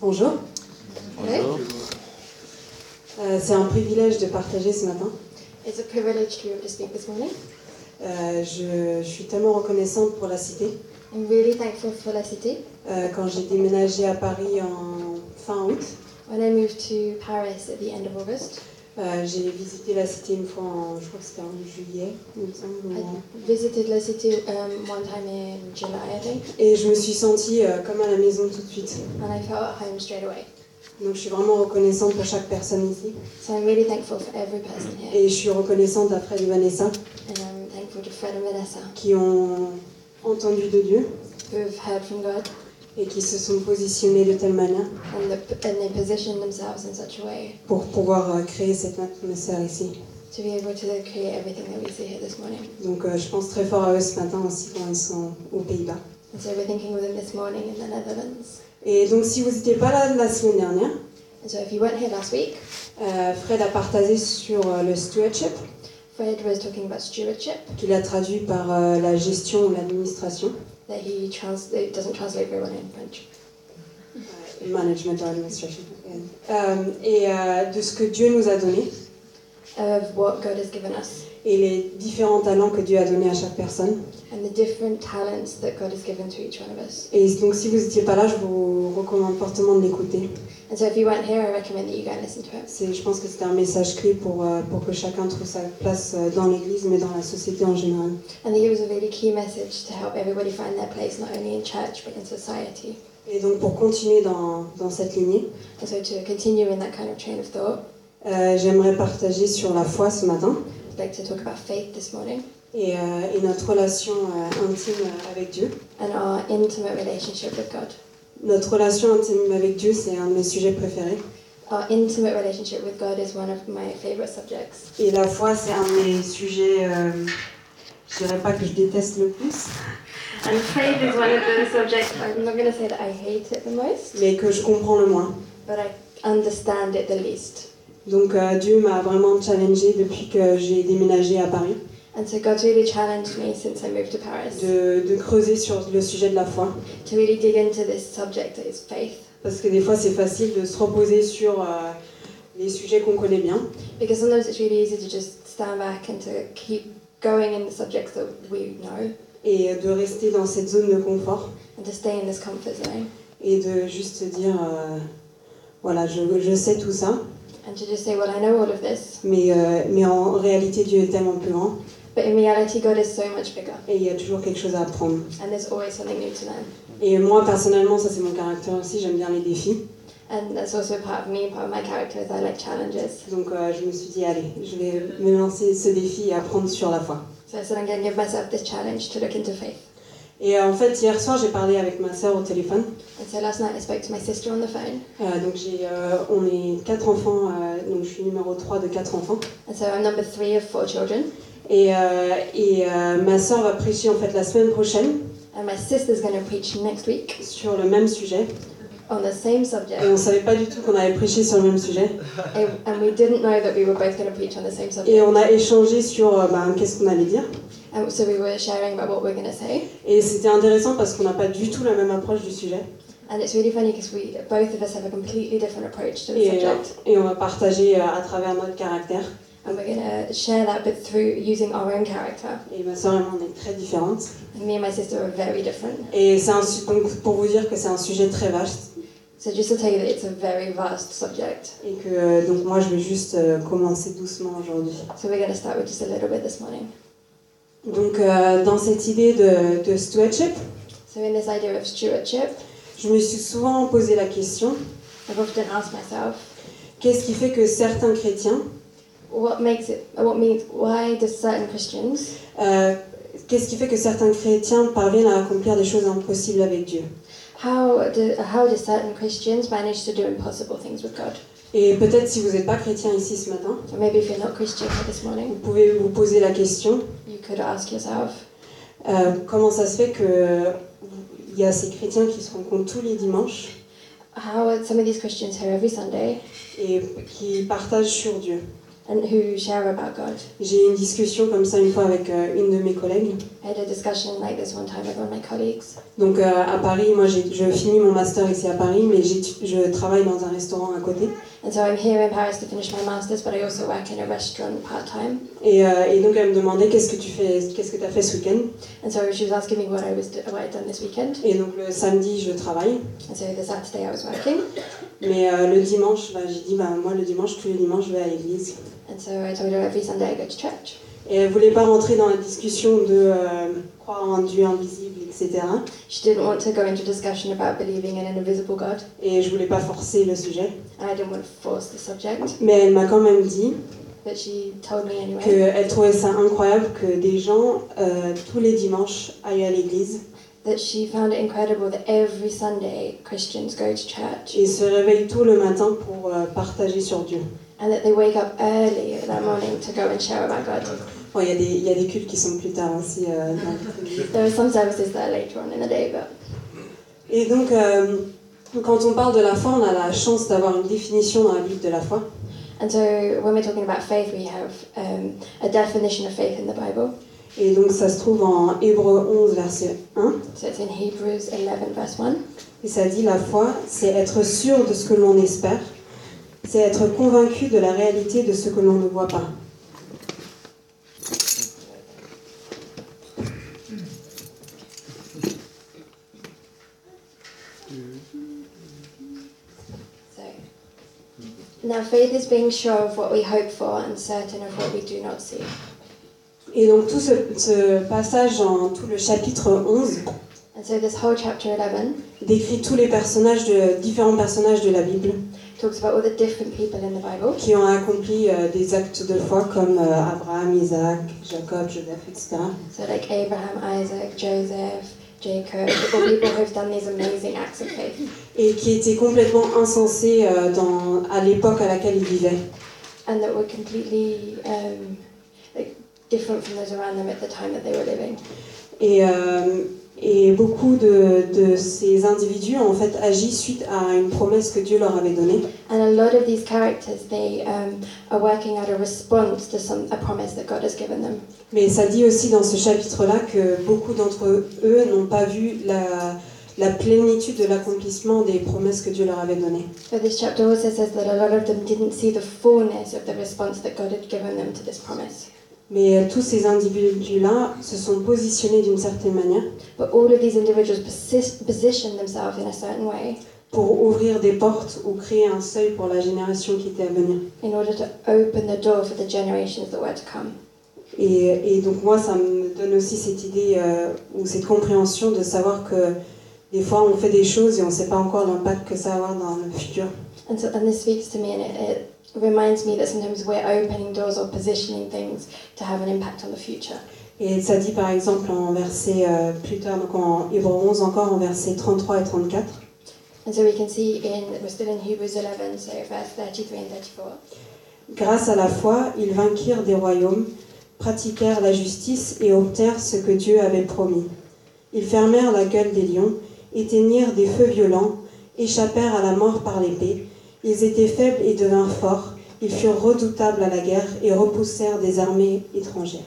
Bonjour. Euh, c'est un privilège de partager ce matin. It's a privilege to be able to speak this morning. Euh, je, je suis tellement reconnaissante pour la cité. I'm really thankful for La Cité. Euh, quand j'ai déménagé à Paris en fin août, When I moved to Paris at the end of August, euh, j'ai visité la cité une fois, en, je crois que c'était en juillet, il me semble. ou en- I visited La Cité um, one time in July, I think, Et je me suis sentie euh, comme à la maison tout de suite. and I felt at home straight away. Donc je suis vraiment reconnaissante pour chaque personne ici. So I'm really thankful for every person here, Et je suis reconnaissante à Fred et Vanessa and I'm thankful to Fred and Vanessa qui ont entendu de Dieu who have heard from God et qui se sont positionnés de telle manière and, the, and they positioned themselves in such a way pour pouvoir euh, créer cette atmosphère ici. to be able to create everything that we see here this morning. Donc euh, je pense très fort à eux ce matin aussi quand ils sont aux Pays-Bas. And so we're thinking of them this morning in the Netherlands. Et donc si vous n'étiez pas là la semaine dernière, And so if you weren't here last week, euh, Fred a partagé sur euh, le stewardship, Fred was talking about stewardship. qu'il a traduit par euh, la gestion ou l'administration, that he trans- it doesn't translate very well in French. euh, management or administration. Euh, et euh, de ce que Dieu nous a donné Of what God has given us et les différents talents que Dieu a donnés à chaque personne. and the different talents that God has given to each one of us. Et donc si vous n'étiez pas là, je vous recommande fortement de l'écouter. And so, if you weren't here, I recommend that you go and listen to it. C'est- Je pense que c'était un message clé pour, euh, pour que chacun trouve sa place euh, dans l'Église, mais dans la société en général. And that it was a really key message to help everybody find their place, not only in church but in society. Et donc pour continuer dans, dans cette lignée, And so, to continue in that kind of train of thought, euh, j'aimerais partager sur la foi ce matin I'd like to talk about faith this morning et, euh, et notre relation euh, intime euh, avec Dieu. and our intimate relationship with God. Notre relation intime avec Dieu, c'est un de mes sujets préférés. Our intimate relationship with God is one of my favorite subjects, Et la foi, c'est un de mes sujets, euh, je dirais pas que je déteste le plus, and faith is one of the subjects. I'm not going to say that I hate it the most. mais que je comprends le moins. but I understand it the least. Donc euh, Dieu m'a vraiment challengée depuis que j'ai déménagé à Paris, And so God's really challenged me since I moved to Paris de, de creuser sur le sujet de la foi. to really dig into this subject that is faith. Parce que des fois, c'est facile de se reposer sur euh, les sujets qu'on connaît bien. Because sometimes it's really easy to just stand back and to keep going in the subjects that we know et de rester dans cette zone de confort and to stay in this comfort zone et de juste se dire euh, voilà je, je sais tout ça and to just say, Well, I know all of this. mais, euh, mais en réalité Dieu est tellement plus grand But in reality, God is so much bigger et il y a toujours quelque chose à apprendre and there's always something new to learn. et moi personnellement ça c'est mon caractère aussi j'aime bien les défis And that's also part of me, part of my character is I like challenges. donc euh, je me suis dit allez je vais me lancer ce défi et apprendre sur la foi So I said, I'm going to give myself this challenge to look into faith. et euh, en fait hier soir j'ai parlé avec ma sœur au téléphone And so last night I spoke to my sister on the phone. Euh, donc j'ai euh, on est quatre enfants euh, donc je suis numéro 3 de quatre enfants And so I'm number three of four children, et, euh, et euh, ma sœur va prêcher en fait la semaine prochaine and my sister's going to preach next week sur le même sujet on the same Et on subject. savait pas du tout qu'on avait prêché sur le même sujet. and and we didn't know that we were both going to preach on the same Et on subject. a échangé sur euh, ben, qu'est-ce qu'on allait dire. And so we were sharing about what we're going to say. Et c'était intéressant parce qu'on n'a pas du tout la même approche du sujet. And it's really funny because we both of us have a completely different approach to the Et, euh, subject, et on va partager euh, à travers notre caractère. and we're going to share that, but through using our own character. Et ma soeur et moi, on est très différentes. And me and my sister are very different. Et c'est un su- donc pour vous dire que c'est un sujet très vaste. So just to tell you that it's a very vast subject. Et que euh, donc moi, je vais juste euh, commencer doucement aujourd'hui. So we're going to start with just a little bit this morning. Donc euh, dans cette idée de, de stewardship, So in this idea of stewardship, je me suis souvent posé la question I've often asked myself, qu'est-ce qui fait que certains chrétiens What makes it? What means? Why do certain Christians? Euh, qu'est-ce qui fait que certains chrétiens parviennent à accomplir des choses impossibles avec Dieu How do how do certain Christians manage to do impossible things with God? Et peut-être si vous n'êtes pas chrétien ici ce matin, Or maybe if you're not Christian here this vous morning, pouvez vous poser la question you could ask yourself, euh, comment ça se fait que euh, il y a ces chrétiens qui se rencontrent tous les dimanches how are some of these Christians here every Sunday et qui partagent sur Dieu and who share about God. J'ai eu une discussion comme ça une fois avec euh, une de mes collègues. I had a discussion like this one time with one of my colleagues. Donc euh, à Paris, moi j'ai- je finis mon master ici à Paris, mais j'ai- je travaille dans un restaurant à côté. And so I'm here in Paris to finish my master's, but I also work in a restaurant part time. Et, euh, et donc elle me demandait qu'est-ce que tu fais, qu'est-ce que tu as fait ce week-end. And so she was asking me what I was do- what I'd done this weekend. Et donc le samedi, je travaille. And so the Saturday I was working. Mais euh, le dimanche, bah, j'ai dit, bah, moi le dimanche, tous les dimanches, je vais à l'église. And so I told her every Sunday I go to church. Et elle voulait pas rentrer dans la discussion de euh, croire en Dieu invisible, etc. She didn't want to go into discussion about believing in an invisible God, Et je voulais pas forcer le sujet. and I didn't want to force the subject. Mais elle m'a quand même dit But she told me anyway. qu'elle trouvait ça incroyable que des gens, euh, tous les dimanches, aillent à l'église that she found it incredible that every Sunday Christians go to church et se réveillent tôt le matin pour euh, partager sur Dieu. and that they wake up early that morning to go and share about God. Bon, Il y, a des- il y a des cultes qui sont plus tard aussi. euh, dans les églises. There are some services that are later on in the day, but Et donc, euh, quand on parle de la foi, on a la chance d'avoir une définition dans la Bible de la foi. and so when we're talking about faith, we have um, a definition of faith in the Bible. Et donc, ça se trouve en Hébreu 11, verset 1. So it's in Hebrews 11 verse one, Et ça dit la foi, c'est être sûr de ce que l'on espère, c'est être convaincu de la réalité de ce que l'on ne voit pas. so. Now, faith is being sure of what we hope for and certain of what we do not see. Et donc tout ce, ce passage en tout le chapitre 11 And so, this whole chapter 11 décrit tous les personnages de différents personnages de la Bible talks about all the different people in the Bible qui ont accompli euh, des actes de foi comme euh, Abraham, Isaac, Jacob, Joseph, etc. So like Abraham, Isaac, Joseph, Jacob, all people who've done these amazing acts of faith. et qui étaient complètement insensés euh, dans, à l'époque à laquelle ils vivaient. And that were completely um, like different from those around them at the time that they were living. Et, euh, et beaucoup de, de ces individus ont en fait agi suite à une promesse que Dieu leur avait donnée. And a lot of these characters, they um, are working out a response to some a promise that God has given them. Mais ça dit aussi dans ce chapitre-là que beaucoup d'entre eux n'ont pas vu la, la plénitude de l'accomplissement des promesses que Dieu leur avait données. So this chapter also says that a lot of them didn't see the fullness of the response that God had given them to this promise. Mais euh, tous ces individus-là se sont positionnés d'une certaine manière But all of these individuals persist, position themselves in a certain way pour ouvrir des portes ou créer un seuil pour la génération qui était à venir. in order to open the door for the generations that were to come. Et, et donc moi, ça me donne aussi cette idée euh, ou cette compréhension de savoir que des fois, on fait des choses et on ne sait pas encore l'impact que ça va avoir dans le futur. And so, and this speaks to me, and it, it reminds me that sometimes we're opening doors or positioning things to have an impact on the future. Et ça dit par exemple en verset euh, plus tard, donc en Hébreu 11 encore, en verset 33 et 34. And so we can see in we're still in Hebrews 11, so verse 33 and 34. Grâce à la foi, ils vainquirent des royaumes, pratiquèrent la justice et obtinrent ce que Dieu avait promis. Ils fermèrent la gueule des lions, éteignirent des feux violents, échappèrent à la mort par l'épée. Ils étaient faibles et devinrent forts. Ils furent redoutables à la guerre et repoussèrent des armées étrangères.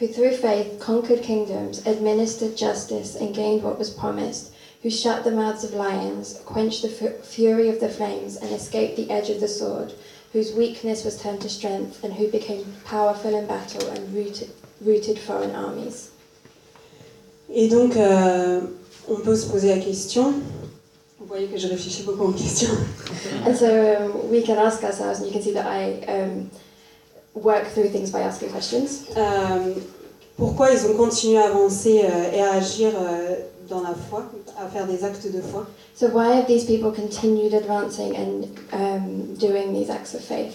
Who through faith conquered kingdoms, administered justice, and gained what was promised. Who shut the mouths of lions, quenched the fu- fury of the flames, and escaped the edge of the sword. Whose weakness was turned to strength, and who became powerful in battle and rooted, rooted foreign armies. Et donc, euh, on peut se poser la question. Vous voyez que je réfléchis beaucoup en question. And so um, we can ask ourselves, and you can see that I um, work through things by asking questions. Euh, pourquoi ils ont continué à avancer euh, et à agir euh, dans la foi, à faire des actes de foi So, why have these people continued advancing and um, doing these acts of faith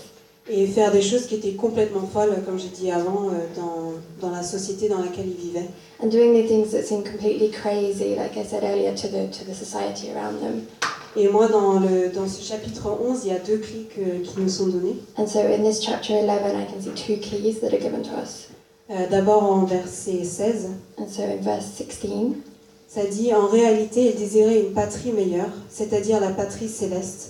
et faire des choses qui étaient complètement folles, comme j'ai dit avant, euh, dans, dans la société dans laquelle ils vivaient. and doing the things that seem completely crazy, like I said earlier, to the to the society around them? Et moi, dans, le, dans ce chapitre 11, il y a deux clés que- qui nous sont données. And so, in this chapter eleven, I can see two keys that are given to us. Euh, D'abord en verset 16, And so, in verse sixteen, ça dit En réalité, ils désiraient une patrie meilleure, c'est-à-dire la patrie céleste.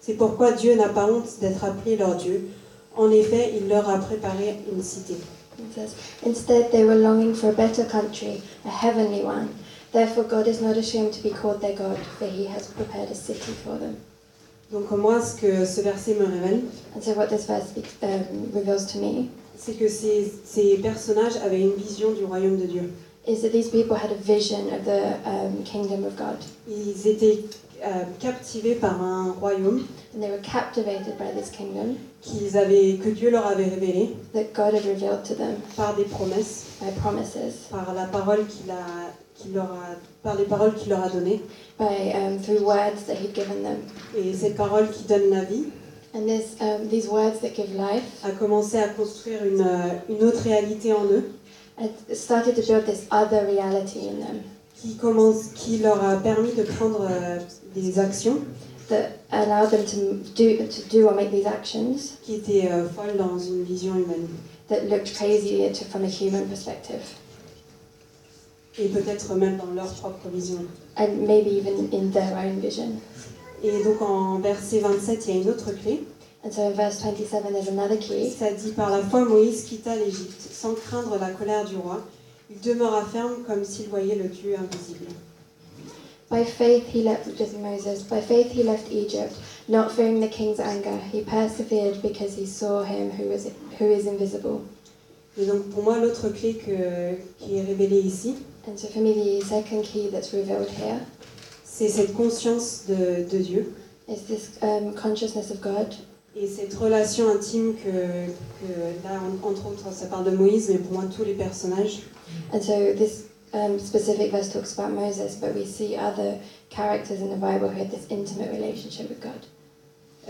C'est pourquoi Dieu n'a pas honte d'être appelé leur Dieu, En effet, il leur a préparé une cité. It says, Instead, they were longing for a better country, a heavenly one. Therefore, God is not ashamed to be called their God, for He has prepared a city for them. Donc moi, ce que ce verset me révèle, And so, what this verse speaks, um, reveals to me c'est que ces, ces personnages avaient une vision du royaume de Dieu. is that these people had a vision of the um, kingdom of God, Ils étaient euh, captivés par un royaume and they were captivated by this kingdom qu'ils avaient, que Dieu leur avait révélé that God had revealed to them par des promesses, by promises, par la parole qu'il a, qu'il leur a, par les paroles qu'il leur a données. by um, through words that He'd given them. Et ces paroles qui donnent la vie And this, um, these words that give life, a commencé à construire une, euh, une autre réalité en eux it started to build this other reality in them qui, commence, qui leur a permis de prendre euh, des actions that allowed them to do to do or make these actions. qui étaient euh, folles dans une vision humaine. that looked crazy to, from a human perspective, Et peut-être même dans leur propre vision. and maybe even in their own vision. Et donc en verset 27, il y a une autre clé. And so in verse 27, there's another key. Ça dit par la foi, Moïse quitta l'Égypte sans craindre la colère du roi. Il demeura ferme comme s'il voyait le Dieu invisible. By faith he left, which is Moses, by faith he left Egypt, not fearing the king's anger. He persevered because he saw him who is, who is invisible. Et donc pour moi, l'autre clé que- qui est révélée ici, And so for me, the second key that's revealed here c'est cette conscience de, de Dieu is this um, consciousness of God et cette relation intime que, que là, en- entre autres, ça parle de Moïse, mais pour moi, tous les personnages, And so this um, specific verse talks about Moses, but we see other characters in the Bible who had this intimate relationship with God,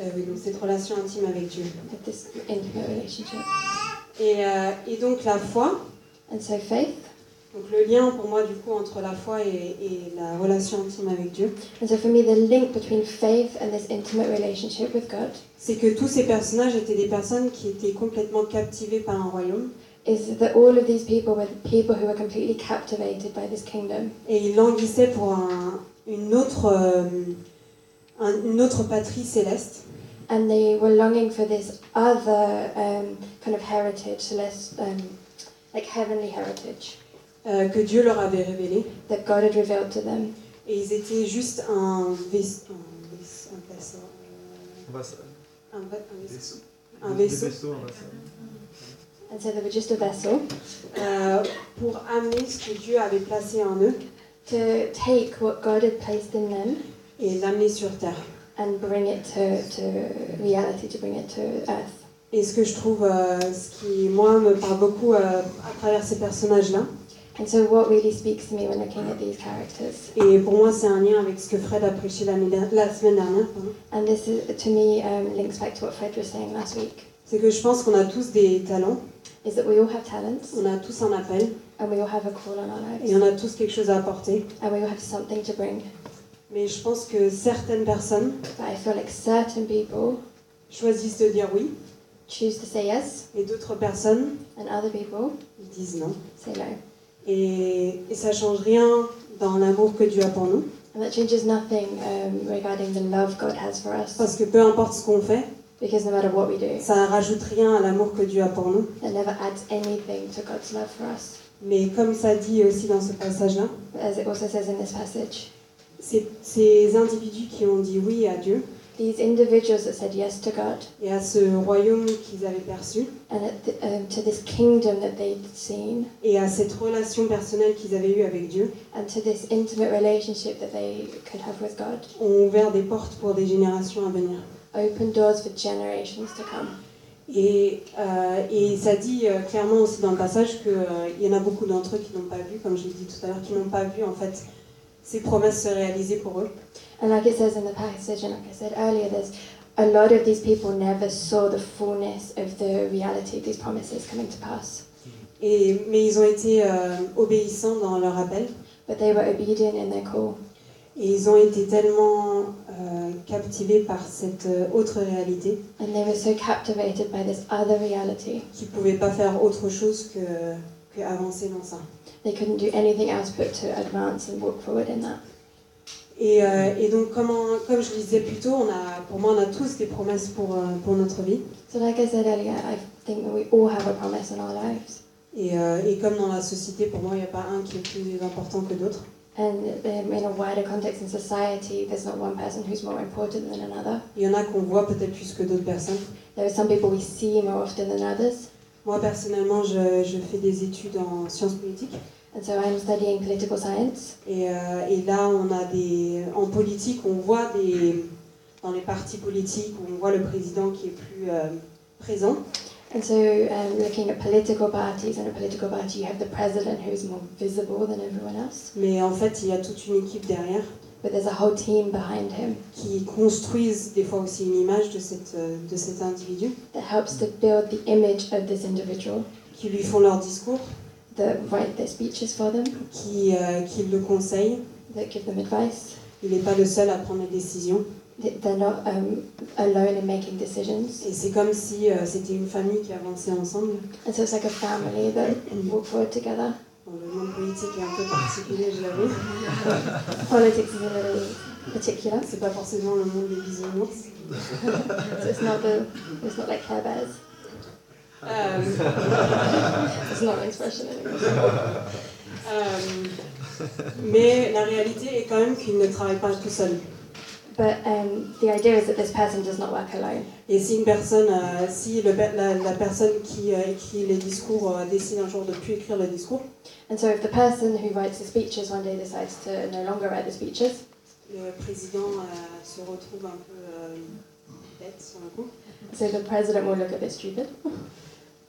euh, oui, donc cette relation intime avec Dieu. had this intimate relationship. Et, euh, et donc la foi, And so faith. donc le lien pour moi du coup entre la foi et, et la relation intime avec Dieu, And so for me, the link between faith and this intimate relationship with God c'est que tous ces personnages étaient des personnes qui étaient complètement captivées par un royaume is that all of these people were people who were completely captivated by this kingdom, et ils languissaient pour un- une, autre, euh, un- une autre patrie céleste. and they were longing for this other um, kind of heritage, celest, um, like heavenly heritage euh, que Dieu leur avait révélée. that God had revealed to them. Et ils étaient juste un vaisseau. Un vaisseau. Un vaisseau. On va se- Un va- un vaisseau. vaisseau. Un Des- des vaisseau. vaisseaux, on va se- And so they were just a vessel Euh, pour amener ce que Dieu avait placé en eux to take what God had placed in them et l'amener sur terre. and bring it to, to reality, to bring it to earth. Et ce que je trouve, euh, ce qui, moi, me parle beaucoup euh, à travers ces personnages-là, And so, what really speaks to me when looking at these characters, et pour moi, c'est un lien avec ce que Fred a prêché l'année der- la semaine dernière, pardon, and this is, to me um, links back to what Fred was saying last week, c'est que je pense qu'on a tous des talents, is that we all have talents on a tous un appel, and we all have a call on our lives et on a tous quelque chose à apporter. and we all have something to bring. Mais je pense que certaines personnes But I feel like certain people choisissent de dire oui, choose to say yes, et d'autres personnes and other people disent non. say no. Et, et ça change rien dans l'amour que Dieu a pour nous, And that changes nothing um, regarding the love God has for us, parce que peu importe ce qu'on fait, because no matter what we do, ça rajoute rien à l'amour que Dieu a pour nous. that never adds anything to God's love for us. Mais comme ça dit aussi dans ce passage-là, But as it also says in this passage, ces, ces individus qui ont dit oui à Dieu these individuals that said yes to God et à ce royaume qu'ils avaient perçu and at the, um, to this kingdom that they'd seen et à cette relation personnelle qu'ils avaient eue avec Dieu and to this intimate relationship that they could have with God ont ouvert des portes pour des générations à venir. open doors for generations to come. Et, euh, et ça dit euh, clairement aussi dans le passage qu'il y en a beaucoup d'entre eux qui n'ont pas vu, comme je l'ai dit tout à l'heure, qui n'ont pas vu en fait ces promesses se réaliser pour eux. And like it says in the passage, and like I said earlier, there's a lot of these people never saw the fullness of the reality of these promises coming to pass. Et, mais ils ont été euh, obéissants dans leur appel But they were obedient in their call, et ils ont été tellement euh, captivés par cette euh, autre réalité and they were so captivated by this other reality. qu'ils ne pouvaient pas faire autre chose que, que avancer dans ça. They couldn't do anything else but to advance and walk forward in that. Et, euh, et donc, comme, en- comme je le disais plus tôt, on a, pour moi, on a tous des promesses pour, euh, pour notre vie. So, like I said earlier, I think that we all have a promise in our lives. Et, euh, et comme dans la société, pour moi, il n'y a pas un qui est plus important que d'autres. And um, in a wider context in society, there's not one person who's more important than another. Il y en a qu'on voit peut-être plus que d'autres personnes. There are some people we see more often than others. Moi, personnellement, je, je fais des études en sciences politiques. And so I'm studying political science. Et, euh, et là, on a des, en politique, on voit des, dans les partis politiques, on voit le président qui est plus euh, présent. And so um, looking at political parties, and a political party, you have the president who's more visible than everyone else. Mais en fait, il y a toute une équipe derrière But there's a whole team behind him qui construisent des fois aussi une image de, cette, euh, de cet individu, that helps to build the image of this individual, qui lui font leur discours, that write their speeches for them, qui, euh, qui le conseillent. that give them advice. Il n'est pas le seul à prendre les décisions. They- They're not um, alone in making decisions. Et c'est comme si euh, c'était une famille qui avançait ensemble. And so it's like a family that walk forward together. Bon, le monde politique est un peu particulier, je l'avoue. Politics is a little particular, C'est pas forcément le monde des bisounours. so it's not the it's not like Care Bears. Euh, It's not an expression anymore. Euh, mais la réalité est quand même qu'il ne travaille pas tout seul. But um, the idea is that this person does not work alone. Et si une personne, euh, si le pe- la, la personne qui euh, écrit les discours euh, décide un jour de plus écrire le discours, And so if the person who writes the speeches one day decides to no longer write the speeches, le président euh, se retrouve un peu euh, bête sur le coup. so the president will look a bit stupid.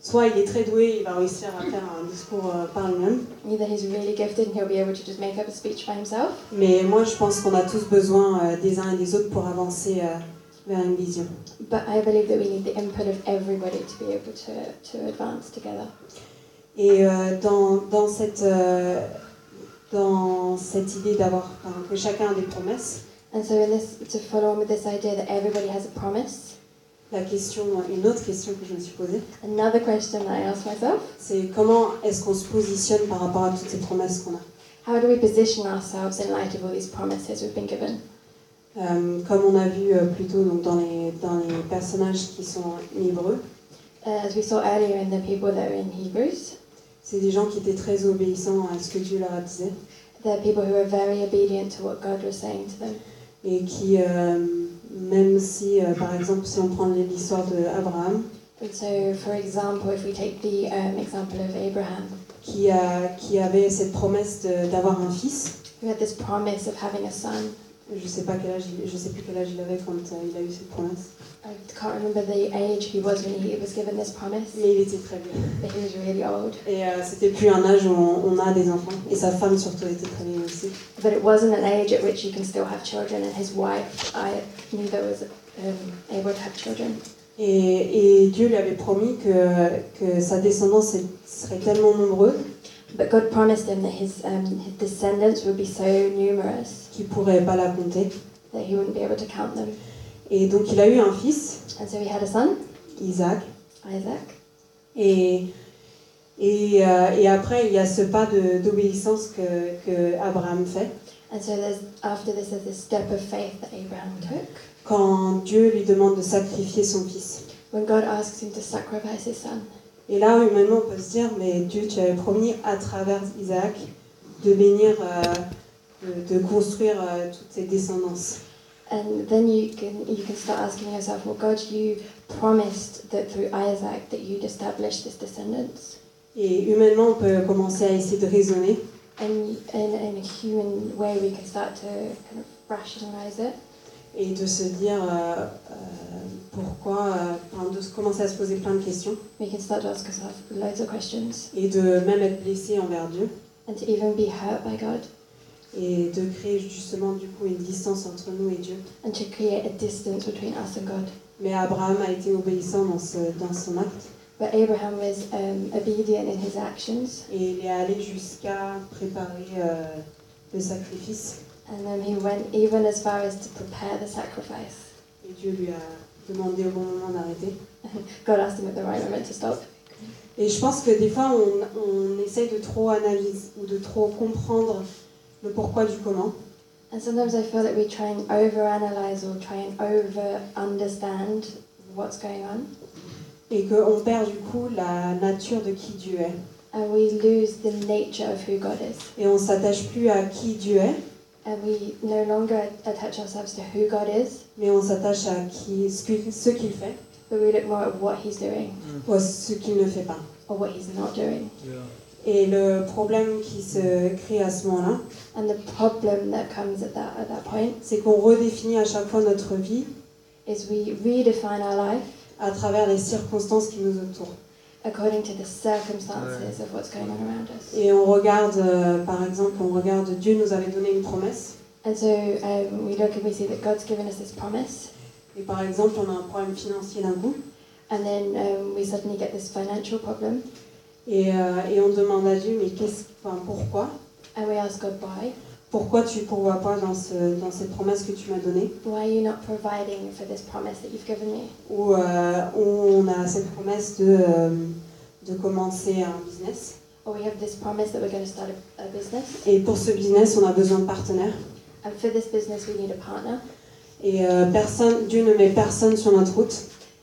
Soit il est très doué, il va réussir à faire un discours euh, par lui-même. Either he's really gifted and he'll be able to just make up a speech by himself. Mais moi, je pense qu'on a tous besoin euh, des uns et des autres pour avancer euh, vers une vision. But I believe that we need the input of everybody to be able to, to advance together. Et euh, dans, dans, cette, euh, dans cette idée d'avoir enfin, que chacun a des promesses, And so in this, to follow on with this idea that everybody has a promise, La question, une autre question que je me suis posée, another question that I asked myself, c'est comment est-ce qu'on se positionne par rapport à toutes ces promesses qu'on a how do we position ourselves in light of all these promises we've been given? Euh, Comme on a vu euh, plus tôt donc, dans, les, dans les personnages qui sont en hébreux, Uh, As we saw earlier in the people that are in Hebrews, c'est des gens qui étaient très obéissants à ce que Dieu leur disait they're people who are very obedient to what God was saying to them. et qui, euh, même si, euh, par exemple, si on prend l'histoire d'Abraham, And so, for example, if we take the um, example of Abraham, qui, a, qui avait cette promesse de- d'avoir un fils, who had this promise of having a son, je sais pas quel âge, il- je sais plus quel âge il avait quand euh, il a eu cette promesse, I can't remember the age he was when he was given this promise, mais il était très vieux. but he was really old. Et euh, c'était plus un âge où on, on a des enfants. Et sa femme surtout était très vieille aussi. But it wasn't an age at which you can still have children, and his wife, I neither was um, able to have children. Et, et Dieu lui avait promis que, que sa descendance est- serait tellement nombreuse But God promised him that his, um, his descendants would be so numerous qu'il pourrait pas la compter. that he wouldn't be able to count them. Et donc il a eu un fils, And so he had a son, Isaac. Isaac. Et, et, euh, et après, il y a ce pas de- d'obéissance que, que Abraham fait. And so there's after this there's this step of faith that Abraham took. Quand Dieu lui demande de sacrifier son fils. When God asks him to sacrifice his son. Et là, humainement, on peut se dire, mais Dieu, tu avais promis à travers Isaac de bénir, euh, de, de construire euh, toutes ses descendances. And then you can you can start asking yourself, well God, you promised that through Isaac that you'd establish this descendants. Et humainement, on peut commencer à essayer de raisonner. And in, in a human way we can start to kind of rationalize it et de se dire euh, euh, pourquoi, euh, enfin, de se commencer à se poser plein de questions we can start to ask ourselves loads of questions et de même être blessé envers Dieu and to even be hurt by God et de créer justement du coup une distance entre nous et Dieu. and to create a distance between us and God. Mais Abraham a été obéissant dans, ce- dans son acte But Abraham was um, obedient in his actions et il est allé jusqu'à préparer euh, le sacrifice And then he went even as far as to prepare the sacrifice. et Dieu lui a demandé au bon moment d'arrêter. God asked him at the right moment to stop. Et je pense que des fois on, on essaye de trop analyser ou de trop comprendre le pourquoi du comment. And sometimes I feel that we try and overanalyze or try and over understand what's going on, et qu'on perd du coup la nature de qui Dieu est. and we lose the nature of who God is, Et on s'attache plus à qui Dieu est, and we no longer attach ourselves to who God is, mais on s'attache à qui, ce qu'il ce qu'il fait but we look more at what He's doing ou à ce qu'il ne fait pas. or what He's not doing. Yeah. Et le problème qui se crée à ce moment-là, And the problem that comes at that at that point c'est qu'on redéfinit à chaque fois notre vie is we redefine our life à travers les circonstances qui nous entourent. according to the circumstances of what's going on around us. Et on regarde, euh, par exemple, on regarde Dieu nous avait donné une promesse. And so um, we look and we see that God's given us this promise, Et par exemple, on a un problème financier d'un coup. and then um, we suddenly get this financial problem, Et, euh, et on demande à Dieu, mais qu'est-ce, enfin, pourquoi and we ask God why. Pourquoi tu pourvois pas dans, ce, dans cette promesse que tu m'as donnée Why are you not providing for this promise that you've given me? Ou euh, on a cette promesse de, euh, de commencer un business. Or we have this promise that we're going to start a, a business, Et pour ce business, on a besoin de partenaires. and for this business we need a partner, Et euh, personne, Dieu ne met personne sur notre route.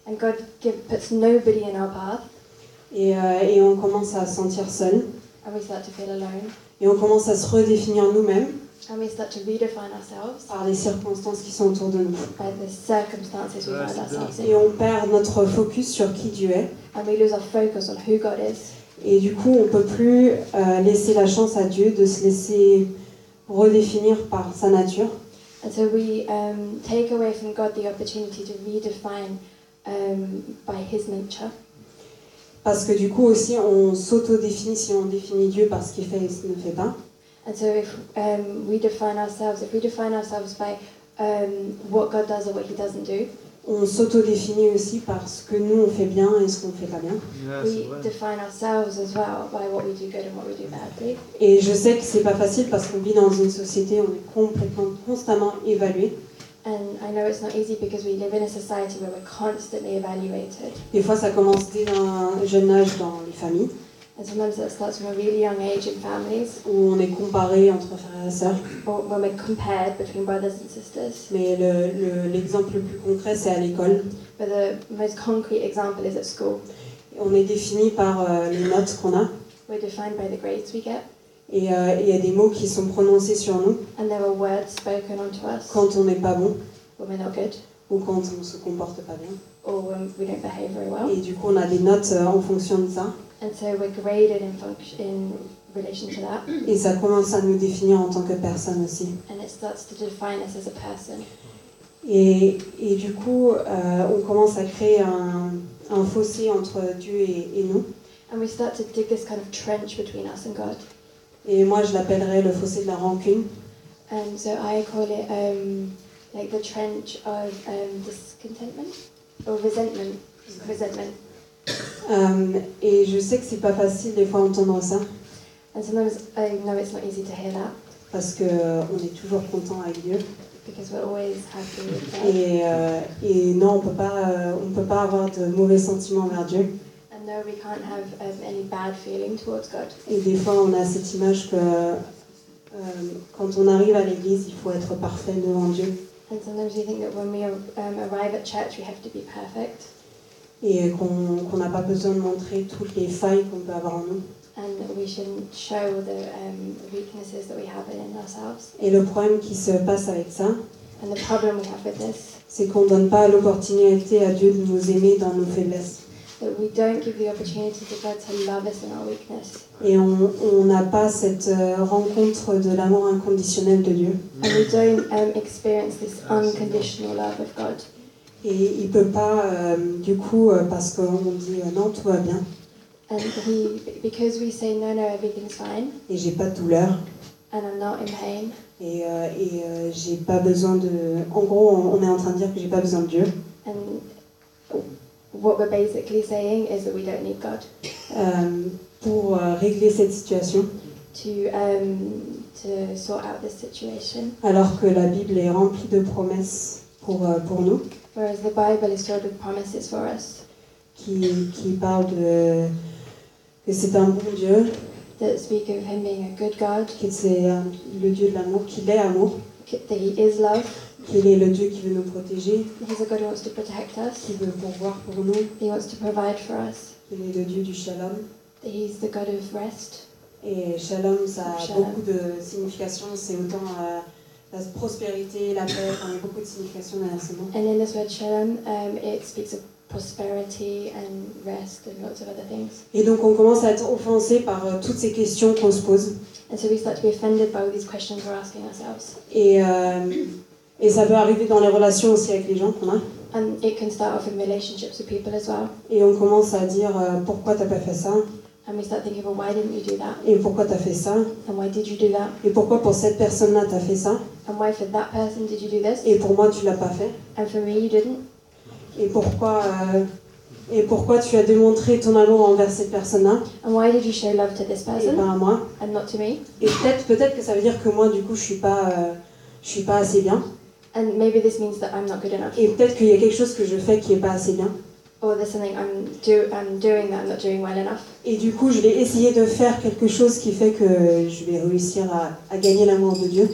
and God give, puts nobody in our path, Et, euh, et on commence à se sentir seul. and we start to feel alone, Et on commence à se redéfinir nous-mêmes and we start to redefine ourselves par les circonstances qui sont autour de nous. by the circumstances we Ouais, find c'est ourselves Et in, on perd notre focus sur qui Dieu est. and we lose our focus on who God is, Et du coup, on peut plus euh, laisser la chance à Dieu de se laisser redéfinir par sa nature. and so we um, take away from God the opportunity to redefine um, by His nature, Parce que du coup aussi, on s'auto-définit si on définit Dieu par ce qu'il fait et ce qu'il ne fait pas. and so if um, we define ourselves, if we define ourselves by um, what God does or what He doesn't do. On s'auto-définit aussi par ce que nous, on fait bien et ce qu'on fait pas bien. Yeah, c'est We vrai. define ourselves as well by what we do good and what we do badly. Et je sais que c'est pas facile parce qu'on vit dans une société où on est complètement, constamment évalué. And I know it's not easy because we live in a society where we're constantly evaluated. Des fois, ça commence dès un jeune âge dans les familles, And sometimes that starts from a really young age in families où on est comparé entre frères et sœurs. or when we're compared between brothers and sisters. Mais le- le- l'exemple le, plus concret, c'est à l'école. But the most concrete example is at school. On est défini par euh, les notes qu'on a. We're defined by the grades we get, Et euh, il y a des mots qui sont prononcés sur nous and there are words spoken onto us quand on n'est pas bon when we're not good ou quand on se comporte pas bien. or when we don't behave very well. Et du coup, on a des notes euh, en fonction de ça. And so we're graded in, function, in relation to that, Et ça commence à nous définir en tant que personne aussi. and it starts to define us as a person. Et, et du coup, euh, on commence à créer un, un fossé entre Dieu et, et nous. And we start to dig this kind of trench between us and God. Et moi, je l'appellerais le fossé de la rancune. And so I call it um, like the trench of um, discontentment or resentment. Resentment. Euh, et je sais que c'est pas facile des fois entendre ça, And sometimes I know it's not easy to hear that parce que euh, on est toujours content avec Dieu. because we're always happy with God. Et, euh, et non, on peut pas, euh, on peut pas avoir de mauvais sentiments envers Dieu. And no, we can't have um, any bad feeling towards God. Et des fois, on a cette image que euh, quand on arrive à l'église, il faut être parfait devant Dieu. And sometimes we think that when we um, arrive at church, we have to be perfect Et qu'on qu'on n'a pas besoin de montrer toutes les failles qu'on peut avoir en nous. and that we shouldn't show the um, weaknesses that we have in ourselves. Et le problème qui se passe avec ça, And the problem we have with this c'est qu'on ne donne pas l'opportunité à Dieu de nous aimer dans nos faiblesses. that we don't give the opportunity to God to love us in our weakness. Et on on n'a pas cette euh, rencontre de l'amour inconditionnel de Dieu. And we don't um, experience this Ah, c'est unconditional love of God. Et il peut pas, euh, du coup, euh, parce qu'on dit euh, non, tout va bien, And He, because we say, no, no, everything's fine, et j'ai pas de douleur, and I'm not in pain, et, euh, et, euh, j'ai pas besoin de. En gros, on on est en train de dire que j'ai pas besoin de Dieu. and what we're basically saying is that we don't need God Euh, pour euh, régler cette situation, to, um, to sort out this situation. alors que la Bible est remplie de promesses pour, euh, pour nous, Whereas the Bible is filled with promises for us qui, qui parlent de que c'est un bon Dieu, euh, that speak of Him being a good God, que c'est un- le Dieu de l'amour, qu'il est amour, that He is love. qu'il est le Dieu qui veut nous protéger, He's a God who wants to protect us. qui veut pourvoir pour nous, He wants to provide for us. qu'il est le Dieu du shalom. That He's the God of rest. Et shalom, ça a Shalom. beaucoup de significations. C'est autant euh, la prospérité, la paix, enfin, il y a beaucoup de significations derrière ce mot. And in this word shalom, um, it speaks of prosperity and rest and lots of other things. Et donc on commence à être offensé par euh, toutes ces questions qu'on se pose. And so we start to be offended by all these questions we're asking ourselves. Et, euh, et ça peut arriver dans les relations aussi avec les gens qu'on a. And it can start off in relationships with people as well. Et on commence à dire euh, pourquoi t'as pas fait ça And we start thinking, well, why didn't you do that? Et pourquoi t'as fait ça And why did you do that? Et pourquoi pour cette personne-là t'as fait ça And why for that person did you do this? Et pour moi tu l'as pas fait And for me, you didn't? Et pourquoi euh, et pourquoi tu as démontré ton amour envers cette personne-là And why did you show love to this et person pas à moi and not to me? Et peut-être peut-être que ça veut dire que moi du coup je suis pas euh, je suis pas assez bien. And maybe this means that I'm not good enough. Et peut-être qu'il y a quelque chose que je fais qui est pas assez bien. Or there's something I'm, do- I'm doing that I'm not doing well enough. Et du coup, je vais essayer de faire quelque chose qui fait que je vais réussir à, à gagner l'amour de Dieu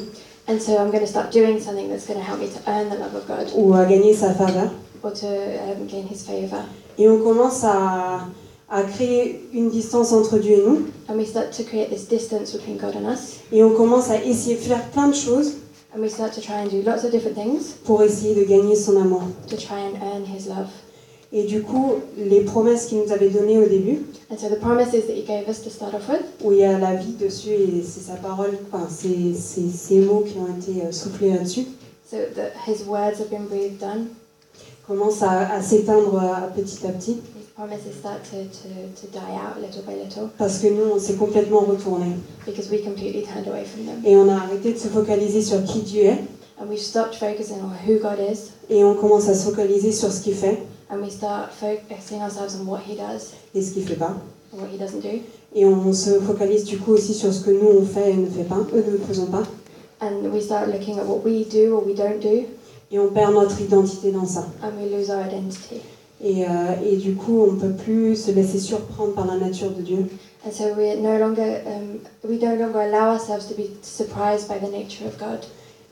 And so I'm going to start doing something that's going to help me to earn the love of God ou à gagner sa faveur. or to um, gain His favour. Et on commence à, à créer une distance entre Dieu et nous. And we start to create this distance between God and us. Et on commence à essayer de faire plein de choses And we start to try and do lots of different things pour essayer de gagner son amour. to try and earn His love. Et du coup, les promesses qu'il nous avait données au début, And so the promises that He gave us to start off with, où il y a la vie dessus et c'est sa parole, enfin, c'est c'est ses mots qui ont été euh, soufflés là-dessus, so that His words have been breathed down, commencent à, à s'éteindre euh, petit à petit His promises start to, to, to die out little by little parce que nous, on s'est complètement retourné. because we completely turned away from them. Et on a arrêté de se focaliser sur qui Dieu est And we stopped focusing on who God is et on commence à se focaliser sur ce qu'il fait and we start focusing ourselves on what He does et ce qu'il fait pas. and what He doesn't do. Et on se focalise du coup aussi sur ce que nous on fait et ne fait pas, eux ne faisons pas. And we start looking at what we do or we don't do Et on perd notre identité dans ça. and we lose our identity. Et, euh, et du coup, on peut plus se laisser surprendre par la nature de Dieu. And so we're no longer, um, we no longer allow ourselves to be surprised by the nature of God.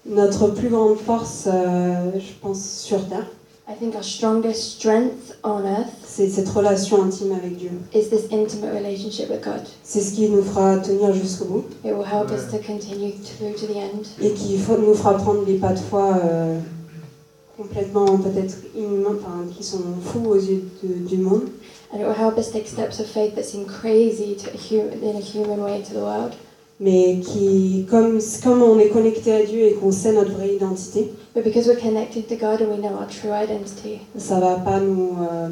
Notre plus grande force, euh, je pense, sur Terre, I think our strongest strength on earth c'est cette relation intime avec Dieu. is this intimate relationship with God. C'est ce qui nous fera tenir jusqu'au bout It will help us Ouais. to continue through to the end et qui fa- nous fera prendre des pas de foi euh, complètement peut-être inhumains, enfin, qui sont fous aux yeux de- du monde. and it will help us take steps of faith that seem crazy to a human, in a human way to the world. mais qui, comme, comme on est connecté à Dieu et qu'on sait notre vraie identité, But because we're connected to God and we know our true identity, ça va pas nous, euh,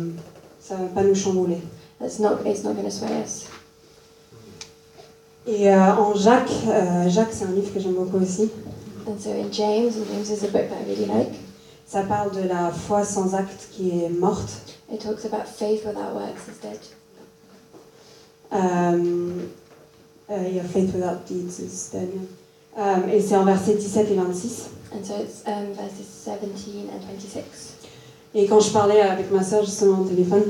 ça va pas nous chambouler. it's not, it's not going to sway us. Et euh, en Jacques, euh, Jacques c'est un livre que j'aime beaucoup aussi. And so in James, and James is a book that I really like, Ça parle de la foi sans acte qui est morte. it talks about faith without works is dead. Euh, euh, Your faith without deeds is dead. Euh, et c'est en versets 17 et 26. And so it's um, verses 17 and 26. Et quand je parlais avec ma sœur justement au téléphone,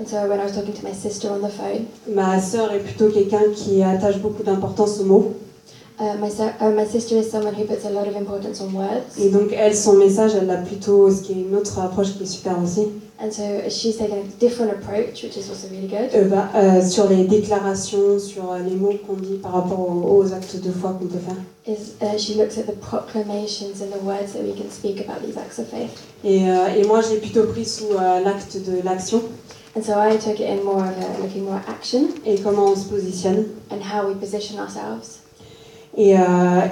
And so when I was talking to my sister on the phone, ma sœur est plutôt quelqu'un qui attache beaucoup d'importance aux mots. uh, my, so- uh, my sister is someone who puts a lot of importance on words. Et donc elle, son message, elle l'a plutôt, ce qui est une autre approche qui est super aussi, And so she's taken a different approach, which is also really good. Euh, bah, euh, sur les déclarations, sur euh, les mots qu'on dit par rapport aux, aux actes de foi qu'on peut faire. Is uh, she looks at the proclamations and the words that we can speak about these acts of faith. Et, euh, et moi, j'ai plutôt pris sous euh, l'acte de l'action And so I took it in more of a looking more at action et comment on se positionne. and how we position ourselves. Et, euh,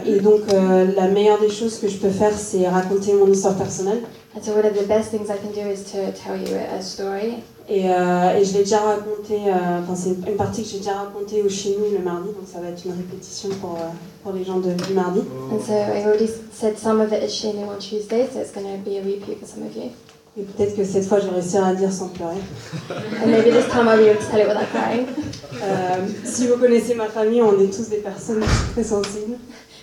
et donc, euh, la meilleure des choses que je peux faire, c'est raconter mon histoire personnelle. And so one of the best things I can do is to tell you a a story. Et, euh, et je l'ai déjà raconté, euh, enfin, c'est une partie que j'ai déjà racontée au Chimou le mardi, donc ça va être une répétition pour, euh, pour les gens de, du mardi. Oh, And so I already s- said some of it is Shane on Tuesday, so it's going to be a repeat for some of you. Et peut-être que cette fois, je réussirai à le dire sans pleurer. And maybe this time I'll be able to tell it without crying. Euh, si vous connaissez ma famille, on est tous des personnes très sensibles.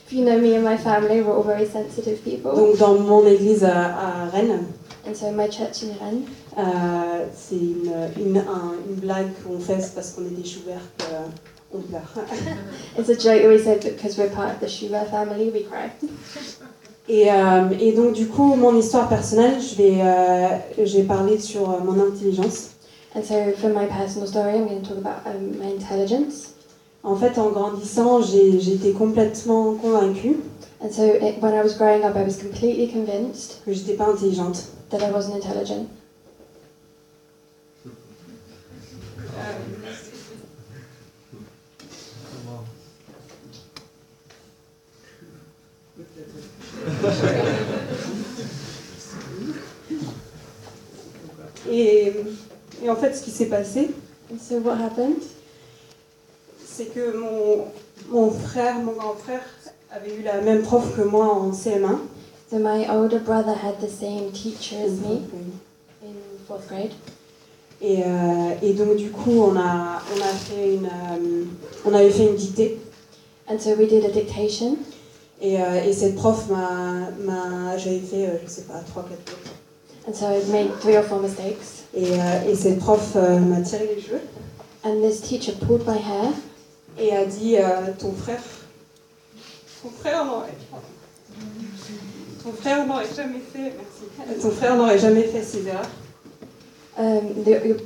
If you know me and my family, we're all very sensitive people. Donc dans mon église à, à Rennes, And so my church in Rennes, euh, c'est une, une, un- une blague qu'on fait, c'est parce qu'on est des Schubert qu'on pleure. it's a joke we said because we're part of the Schumer family, we cry. Et, euh, et donc, du coup, mon histoire personnelle, je vais, euh, j'ai parlé sur euh, mon intelligence. And so, for my personal story, I'm going to talk about um, my intelligence. En fait, en grandissant, j'ai- j'étais complètement convaincue And so, it, when I was growing up, I was completely convinced que j'étais pas intelligente. that I wasn't intelligent. Wow. Et, et en fait, ce qui s'est passé, And so, what happened? c'est que mon, mon frère, mon grand frère, avait eu la même prof que moi en CM1. So, my older brother had the same teacher as me in fourth grade. Et, euh, et donc, du coup, on, a, on, a fait une, euh, on avait fait une dictée. And so, we did a dictation. Et, euh, et cette prof m'a. m'a- J'avais fait, euh, je sais pas, 3-4 fautes. And so, I made three or four mistakes. Et, euh, et cette prof euh, m'a tiré les cheveux And this teacher pulled my hair et a dit euh, Ton frère. Ton frère n'aurait. Ton frère n'aurait jamais fait. Merci. Ton frère n'aurait jamais fait ces erreurs. Um, the,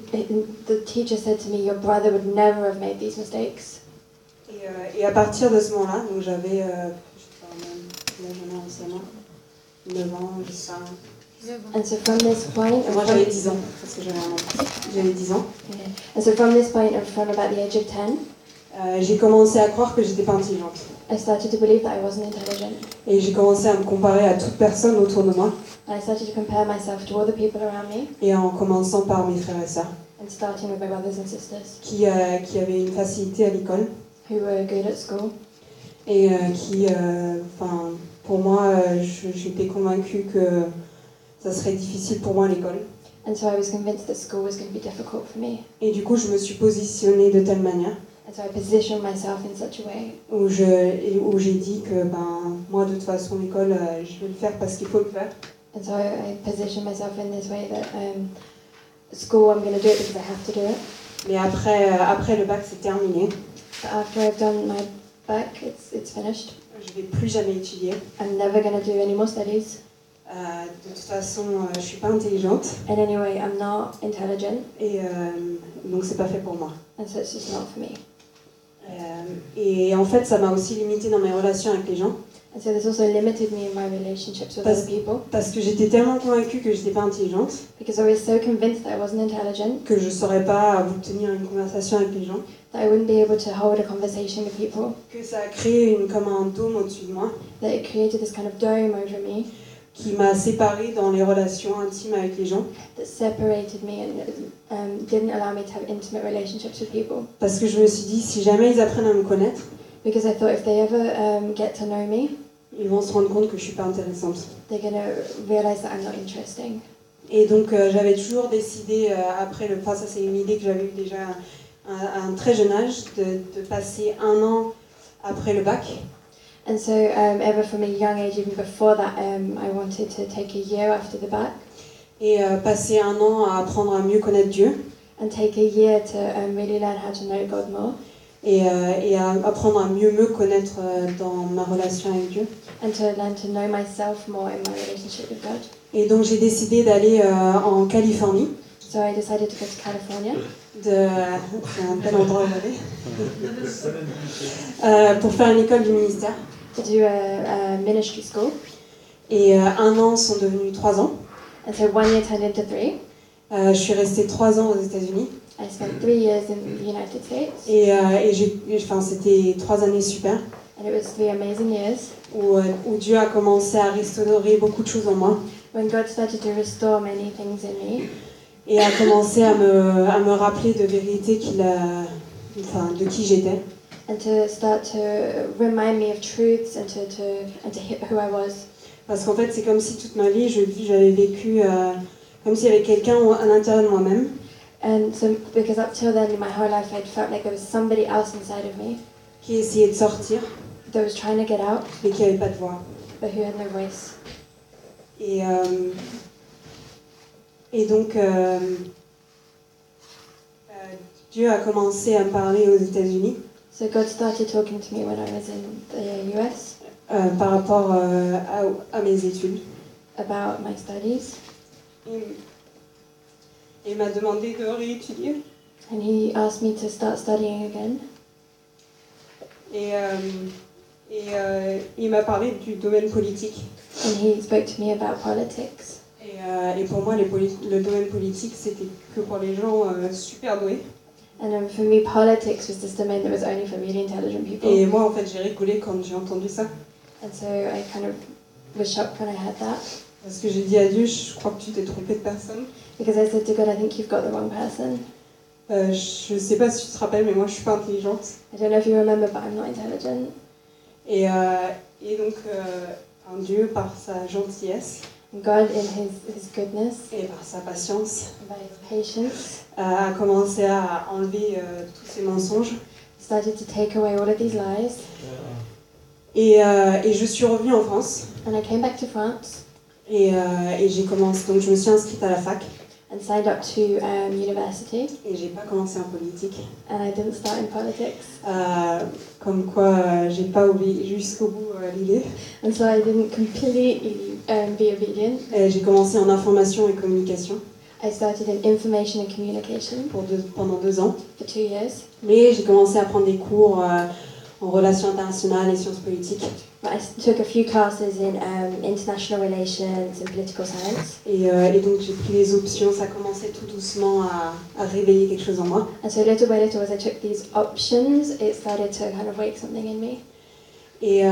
the teacher said to me, Your brother would never have made these mistakes. Et, euh, et à partir de ce moment-là, donc j'avais. Euh, je sais pas, même. Là, j'en ai anciennement. 9 ans, je sais pas. And so from this point, Et moi, j'avais 10 ans, parce que j'avais un an. J'avais 10 ans. Okay. and so from this point, and from about the age of 10, Euh, j'ai commencé à croire que j'étais pas intelligente. I started to believe that I wasn't intelligent. Et j'ai commencé à me comparer à toute personne autour de moi, And I started to compare myself to all the people around me, et en commençant par mes frères et sœurs, and starting with my brothers and sisters qui, euh, qui avaient une facilité à l'école. who were good at school. et euh, qui, euh, enfin, pour moi, euh, je- j'étais convaincue que ça serait difficile pour moi à l'école. And so I was convinced that school was going to be difficult for me. Et du coup, je me suis positionnée de telle manière And so I positioned myself in such a way où je, et où j'ai dit que, ben, moi, de toute façon, l'école, euh, je vais le faire parce qu'il faut le faire. And so I, I positioned myself in this way that um, school, I'm going to do it because I have to do it. Mais après, euh, après le bac, c'est terminé. But after I've done my back, it's, it's finished. Je vais plus jamais étudier. I'm never going to do any more studies. Euh, de toute façon, euh, je suis pas intelligente And anyway, I'm not intelligent, et euh, donc c'est pas fait pour moi. and so it's just not for me. Euh, et en fait, ça m'a aussi limitée dans mes relations avec les gens And so this also limited me in my relationships with Parce- other people parce que j'étais tellement convaincue que j'étais pas intelligente because I was so convinced that I wasn't intelligent que je saurais pas vous tenir une conversation avec les gens, that I wouldn't be able to hold a conversation with people. que ça a créé une, comme un dôme au-dessus de moi That it created this kind of dome over me qui m'a séparée dans les relations intimes avec les gens that separated me and um, didn't allow me to have intimate relationships with people parce que je me suis dit si jamais ils apprennent à me connaître, because I thought if they ever um, get to know me, ils vont se rendre compte que je suis pas intéressante. they're gonna realize that I'm not interesting. Et donc euh, j'avais toujours décidé euh, après le, enfin ça c'est une idée que j'avais eu déjà à, à un très jeune âge de, de passer un an après le bac And so, um, ever from a young age, even before that, um, I wanted to take a year after the back et euh, passer un an à apprendre à mieux connaître Dieu and take a year to um, really learn how to know God more et, euh, et à apprendre à mieux me connaître euh, dans ma relation avec Dieu. and to learn to know myself more in my relationship with God. Et donc j'ai décidé d'aller euh, en Californie, So I decided to go to California de, c'est un bel endroit où aller, Euh, pour faire une école du ministère. to do a, a ministry school. Et euh, un an sont devenus trois ans. And so one year turned into three. Euh, je suis restée trois ans aux États-Unis I spent three years in the United States, et, euh, et j'ai, et, enfin, c'était trois années super and it was three amazing years où, euh, où Dieu a commencé à restaurer beaucoup de choses en moi when God started to restore many things in me et a commencé à me, à me rappeler de vérité qu'il a, enfin, de qui j'étais. and to start to remind me of truths and to, to, and to hit who I was. Parce qu'en fait, c'est comme si toute ma vie, je, j'avais vécu euh, comme s'il y avait quelqu'un au- à l'intérieur de moi-même And so, because up till then, in my whole life, I'd felt like there was somebody else inside of me qui essayait de sortir, that was trying to get out, mais qui n'avait pas de voix. but who had no voice. Et, euh, et donc, euh, euh, Dieu a commencé à me parler aux États-Unis So God started talking to me when I was in the US, euh, par rapport euh, à, à mes études. about my studies, Il, il m'a demandé de réétudier. and he asked me to start studying again. Et, euh, et, euh, il m'a parlé du domaine politique. And he spoke to me about politics. Et, euh, et pour moi, les poli- le domaine politique, c'était que pour les gens euh, super doués. And um, for me, politics was this domain that was only for really intelligent people. Et moi, en fait, j'ai rigolé quand j'ai entendu ça. And so I kind of was shocked when I heard that Parce que j'ai dit à Dieu, je crois que tu t'es trompé de personne. because I said to God, I think you've got the wrong person. Euh, je sais pas si tu te rappelles, mais moi, je suis pas intelligente. I don't know if you remember, but I'm not intelligent. Et, euh, et donc, euh, un Dieu, par sa gentillesse And God, in his, his goodness et par sa patience, and by his patience, a commencé à enlever euh, tous ces mensonges. started to take away all of these lies. Et, euh, et je suis revenue en France. And I came back to France Et, euh, et j'ai commencé, donc je me suis inscrite à la fac. and signed up to um, university. Et j'ai pas commencé en politique. And Uh, I didn't start in politics. Euh, comme quoi, euh, j'ai pas oublié jusqu'au bout euh, l'idée. And so I didn't completely um, be obedient. Et Euh, J'ai commencé en information et communication I started in information and communication pour deux- pendant deux ans. for two years. Mais j'ai commencé à prendre des cours euh, en relations internationales et sciences politiques. But I s- took a few classes in um, international relations and political science, Et, euh, et donc j'ai pris les options, ça commençait tout doucement à, à réveiller quelque chose en moi. and so little by little, as I took these options, it started to kind of wake something in me. Et, euh,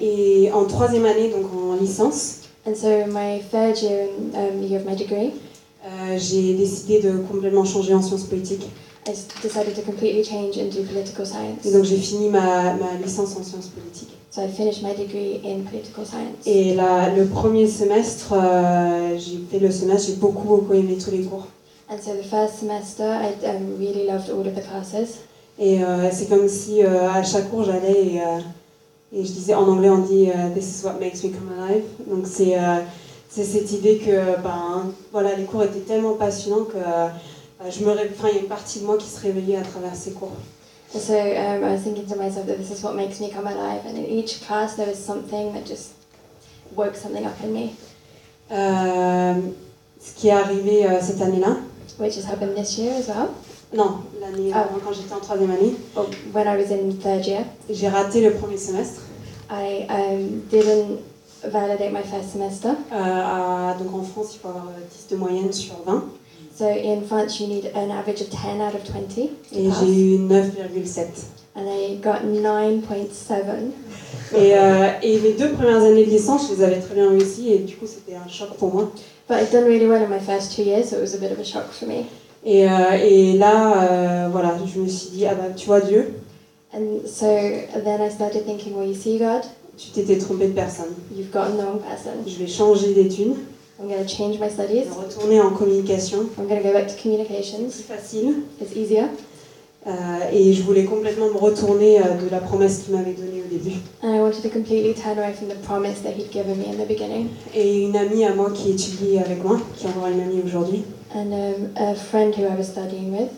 et en troisième année, donc en licence, And so, in my third year, in um, the year of my degree, euh, j'ai décidé de complètement changer en sciences politiques. I s- decided to completely change and do political science. Et donc j'ai fini ma, ma licence en sciences politiques. So I finished my degree in political science. Et là, le premier semestre, euh, j'ai fait le semestre, j'ai beaucoup, beaucoup aimé tous les cours. And so, the first semester, I um, really loved all of the classes. Et euh, c'est comme si euh, à chaque cours j'allais et, euh, et je disais en anglais on dit euh, This is what makes me come alive. Donc c'est euh, c'est cette idée que ben, voilà, les cours étaient tellement passionnants que euh, je me ré- enfin, il y a une partie de moi qui se réveillait à travers ces cours. And so, um, I was thinking to myself that this is what makes me come alive. And in each class, there was something that just woke something up in me, Euh, ce qui est arrivé euh, cette année-là, which has happened this year as well. non, l'année Ah. avant, quand j'étais en troisième année, Well, when I was in third year, j'ai raté le premier semestre I um, didn't validate my first semester. Euh, à- donc en France il faut avoir euh, 10 de moyenne sur 20 So in France, you need an average of 10 out of 20 to et pass. j'ai eu 9,7. And I got 9.7. Et, euh, et mes deux premières années de licence, je les avais très bien réussies et du coup c'était un choc pour moi. But I'd done really well in my first two years, so it was a bit of a shock for me. Et, euh, et là, euh, voilà, je me suis dit, ah bah tu vois Dieu, And so then I started thinking, well, you see, God, tu t'étais trompé de personne. you've gotten the wrong person. Je vais changer d'études, I'm going to change my je studies. vais retourner en communication, I'm going to go back to c'est communications. facile. It's easier. Euh, et je voulais complètement me retourner euh, de la promesse qu'il m'avait donnée au début. And I wanted to completely turn away from the promise that he'd given me in the beginning. Et une amie à moi qui étudie avec moi, qui est encore une amie aujourd'hui, And um, a friend who I was studying with,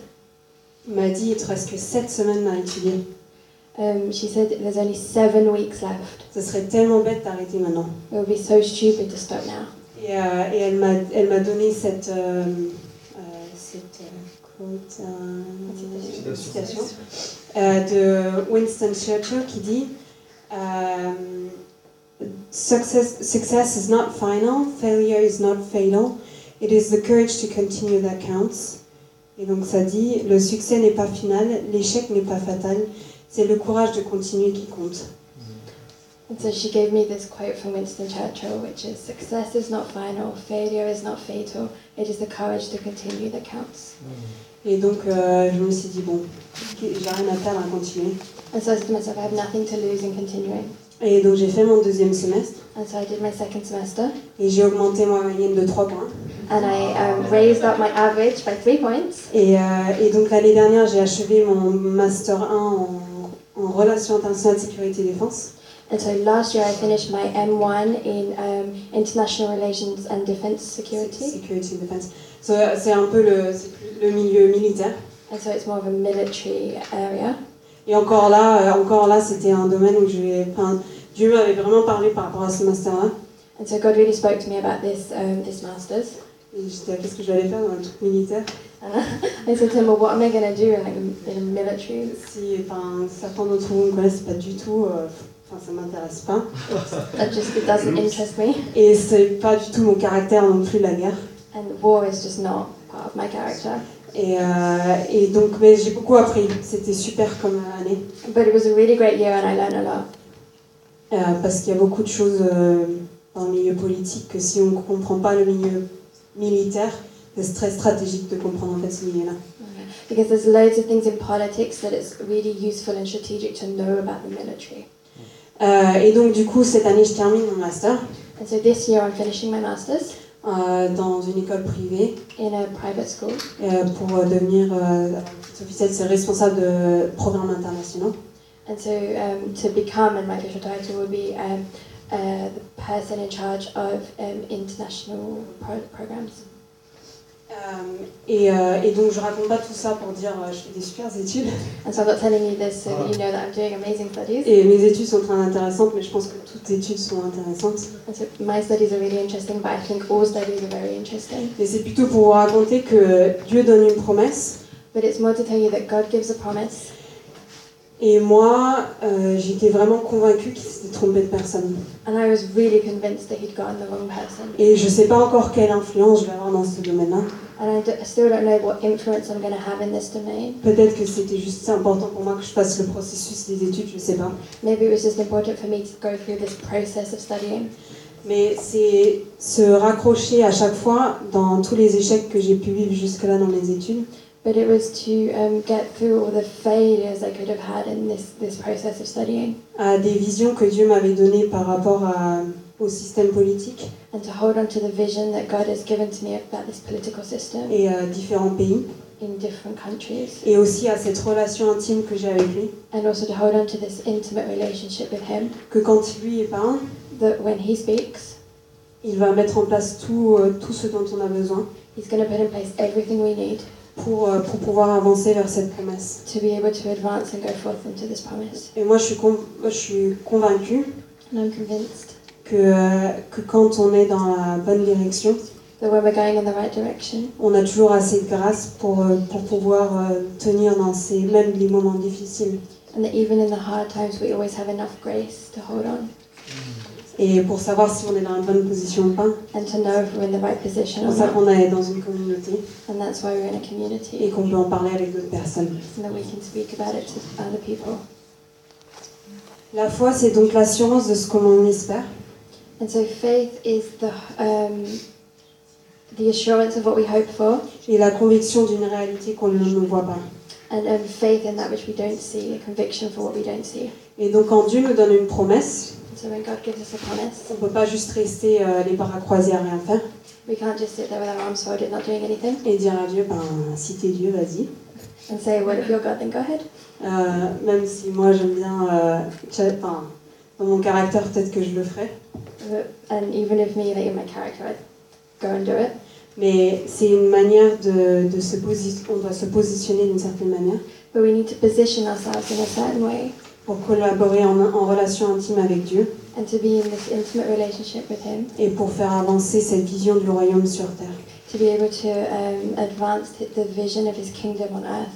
m'a dit, il te reste que 7 semaines à étudier. um, she said that there's only seven weeks left. Ce serait tellement bête d'arrêter maintenant. It would be so stupid to stop now. Et, euh, et elle m'a elle m'a donné cette euh, euh, cette euh, quote, euh, citation Citation. euh, de Winston Churchill qui dit euh, success success is not final, failure is not fatal. It is the courage to continue that counts. Et donc ça dit le succès n'est pas final, l'échec n'est pas fatal, c'est le courage de continuer qui compte. Mm. And so she gave me this quote from Winston Churchill, which is Success is not final, failure is not fatal, it is the courage to continue that counts. Mm. Et donc euh, je me suis dit bon, j'ai rien à perdre à continuer. And so I said to myself, I have nothing to lose in continuing. Et donc j'ai fait mon deuxième semestre And so I did my second semester, et j'ai augmenté ma moyenne de 3 points. and I um, raised up my average by three points. Et, euh, et donc l'année dernière, j'ai achevé mon master 1 en, en relations internationales, sécurité et défense. And so last year I finished my M1 in um, International Relations and Defence Security. Security and defense. So, c'est un peu le, c'est plus le milieu militaire. And so it's more of a military area. Et encore là, euh, encore là, c'était un domaine où j'ai, enfin, Dieu m'avait vraiment parlé par rapport à ce master-là. And so God really spoke to me about this um, this masters. Et j'étais là, qu'est-ce que j'allais faire dans le truc militaire And I said to him, well, what am I going to do in like a- in a military? Si enfin, certains d'entre vous ne connaissent pas du tout, euh, enfin, ça ne m'intéresse pas. That just it doesn't interest me. Et c'est pas du tout mon caractère non plus, la guerre. And war is just not part of my character. Et, euh, et donc, mais j'ai beaucoup appris. C'était super comme année. But it was a really great year, and I learned a lot. Euh, parce qu'il y a beaucoup de choses euh, dans le milieu politique que si on ne comprend pas le milieu militaire, c'est très stratégique de comprendre en fait ce milieu-là. Because there's loads of things in politics that it's really useful and strategic to know about the military. Euh, et donc, du coup, cette année, je termine mon master And so this year I'm finishing my master's euh, dans une école privée in a private school euh, pour devenir euh, officiel, c'est responsable de programmes internationaux. and so um, to become and my official title will be um, uh, the person in charge of um, international pro- programs. Euh, et, euh, et donc, je raconte pas tout ça pour dire euh, je fais des super études. And so I'm not telling you this so that you know that I'm doing amazing studies. Et mes études sont très intéressantes, mais je pense que toutes études sont intéressantes. And so my studies are really interesting, but I think all studies are very interesting. Mais c'est plutôt pour vous raconter que Dieu donne une promesse. But it's more to tell you that God gives a promise. Et moi, euh, j'étais vraiment convaincue qu'il s'était trompé de personne. And I was really convinced that he'd gotten the wrong person. Et je sais pas encore quelle influence je vais avoir dans ce domaine-là. And I, d- I still don't know what influence I'm going to have in this domain. Peut-être que c'était juste important pour moi que je fasse le processus des études, je sais pas. Maybe it was just important for me to go through this process of studying. Mais c'est se raccrocher à chaque fois dans tous les échecs que j'ai pu vivre jusque-là dans mes études But it was to um, get through all the failures I could have had in this, this process of studying à des visions que Dieu m'avait données par rapport à- au système politique and to hold on to the vision that God has given to me about this political system et à différents pays in different countries et aussi à cette relation intime que j'ai avec lui and also to hold on to this intimate relationship with Him que quand lui est parent, that when He speaks, il va mettre en place tout, euh, tout ce dont on a besoin He's going to put in place everything we need pour, euh, pour pouvoir avancer vers cette promesse. to be able to advance and go forth into this promise. Et moi, je suis, con- moi, je suis convaincue And I'm convinced que, euh, que quand on est dans la bonne direction, that when we're going in the right direction, on a toujours assez de grâce pour, euh, pour pouvoir euh, tenir dans ces, même les moments difficiles And that even in the hard times, we always have enough grace to hold on et pour savoir si on est dans la bonne position ou pas. and to know if we're in the right C'est position pour or ça not. qu'on est dans une communauté And that's why we're in a et community qu'on peut en parler avec d'autres personnes. and that we can speak about it to other people. La foi, c'est donc l'assurance de ce qu'on en espère. And so faith is the, um, the assurance of what we hope for et la conviction d'une réalité qu'on ne voit pas. and um, faith in that which we don't see, a conviction for what we don't see. Et donc quand Dieu nous donne une promesse, And so when God gives us a promise, on ne peut pas juste rester euh, les bras croisés à rien faire we can't just sit there with our arms folded not doing anything et dire à Dieu, ben, si t'es Dieu, vas-y. and say, well, if you're God, then go ahead. Euh, même si moi j'aime bien, euh, tcha- enfin, dans mon caractère peut-être que je le ferai, But- And even if me, like in my character, I'd go and do it. mais c'est une manière de, de se positionner, on doit se positionner d'une certaine manière But we need to position ourselves in a certain way pour collaborer en, en relation intime avec Dieu and to be in this intimate relationship with Him, et pour faire avancer cette vision du royaume sur terre. to be able to um, advance th- the vision of His kingdom on earth.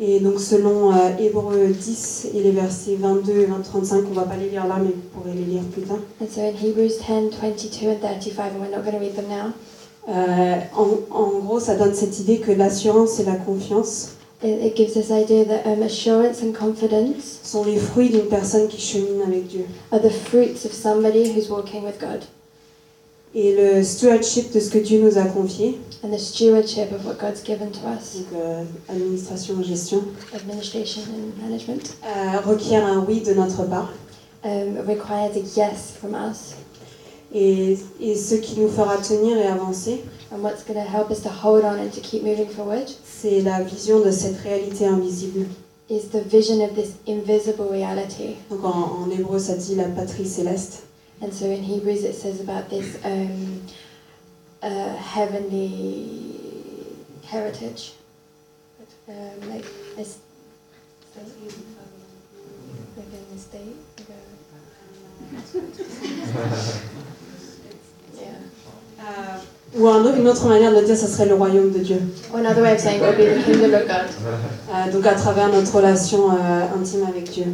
Et donc selon euh, Hébreux 10 et les versets 22 et 20, 35, on va pas les lire là, mais vous pourrez les lire plus tard. And so in Hebrews 10 22 and 35, and we're not going to read them now, Euh, en, en gros, ça donne cette idée que l'assurance et la confiance it, it gives this idea that um, assurance and confidence sont les fruits d'une personne qui chemine avec Dieu. are the fruits of somebody who's walking with God Et le stewardship de ce que Dieu nous a confié, and the stewardship of what God's given to us, donc euh, administration et gestion, administration and management, euh, requiert un oui de notre part. um, requires a yes from us. Et, et ce qui nous fera tenir et avancer, And what's going to help us to hold on and to keep moving forward c'est la vision de cette réalité invisible. is the vision of this invisible reality. Donc en, en hébreu, ça dit la patrie céleste. And so in Hebrews it says about this um, uh, heavenly heritage. Um, like, es- like an estate. like a- Yeah. Euh, ou un- une autre manière de le dire, ce serait le royaume de Dieu. Or another way of saying it would be the kingdom of God Euh, donc à travers notre relation euh, intime avec Dieu.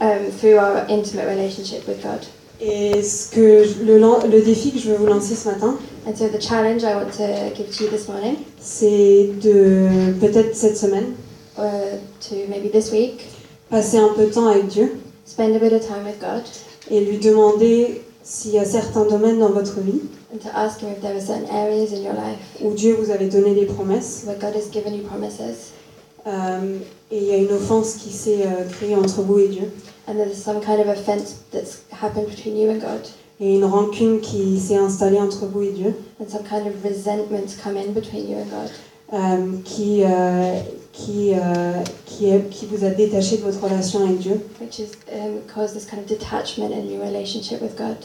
um, through our intimate relationship with God. Et ce que je- le, lan- le défi que je veux vous lancer ce matin, And so the challenge I want to give to you this morning, c'est de peut-être cette semaine or uh, to maybe this week, passer un peu de temps avec Dieu spend a bit of time with God et lui demander s'il y a certains domaines dans votre vie and to ask Him if there are certain areas in your life où Dieu vous avait donné des promesses where God has given you promises euh, et il y a une offense qui s'est euh, créée entre vous et Dieu and there's some kind of offense that's happened between you and God et une rancune qui s'est installée entre vous et Dieu and some kind of resentment come in between you and God euh, qui, euh, qui, euh, qui, est- qui vous a détaché de votre relation avec Dieu. which has um, caused this kind of detachment in your relationship with God.